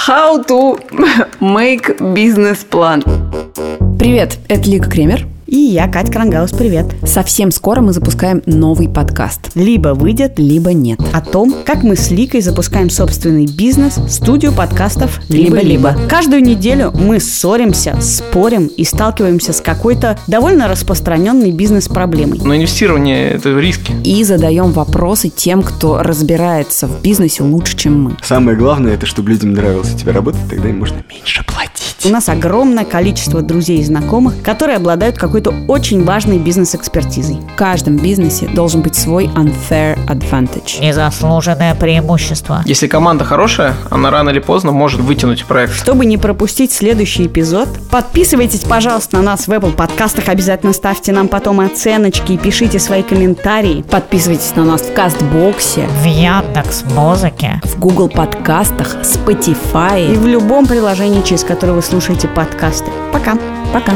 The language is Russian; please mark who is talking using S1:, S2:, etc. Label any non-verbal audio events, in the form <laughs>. S1: How to <laughs> make business plan.
S2: Привет, это Лика Кремер.
S3: И я, Кать Крангаус, привет.
S2: Совсем скоро мы запускаем новый подкаст.
S3: Либо выйдет
S2: Либо нет.
S3: о том, как мы с Ликой запускаем собственный бизнес, студию подкастов «Либо-либо». Каждую неделю мы ссоримся, спорим и сталкиваемся с какой-то довольно распространенной бизнес-проблемой.
S4: Но инвестирование – это риски.
S2: И задаем вопросы тем, кто разбирается в бизнесе лучше, чем мы.
S5: Самое главное, это чтобы людям нравилось у тебя работать, тогда им можно меньше
S3: У
S5: платить.
S3: нас огромное количество друзей и знакомых, которые обладают какой-то очень важной бизнес-экспертизой.
S2: В каждом бизнесе должен быть свой unfair advantage.
S6: Незаслуженное преимущество.
S4: Если команда хорошая, она рано или поздно может вытянуть проект.
S3: Чтобы не пропустить следующий эпизод, подписывайтесь, пожалуйста, на нас в Apple подкастах. Обязательно ставьте нам потом оценочки и пишите свои комментарии.
S2: Подписывайтесь на нас в Кастбоксе,
S6: В Яндекс Музыке.
S2: в Google подкастах,
S3: И
S2: Spotify.
S3: в любом приложении, через которое вы слушаете подкасты. Пока.
S2: Пока.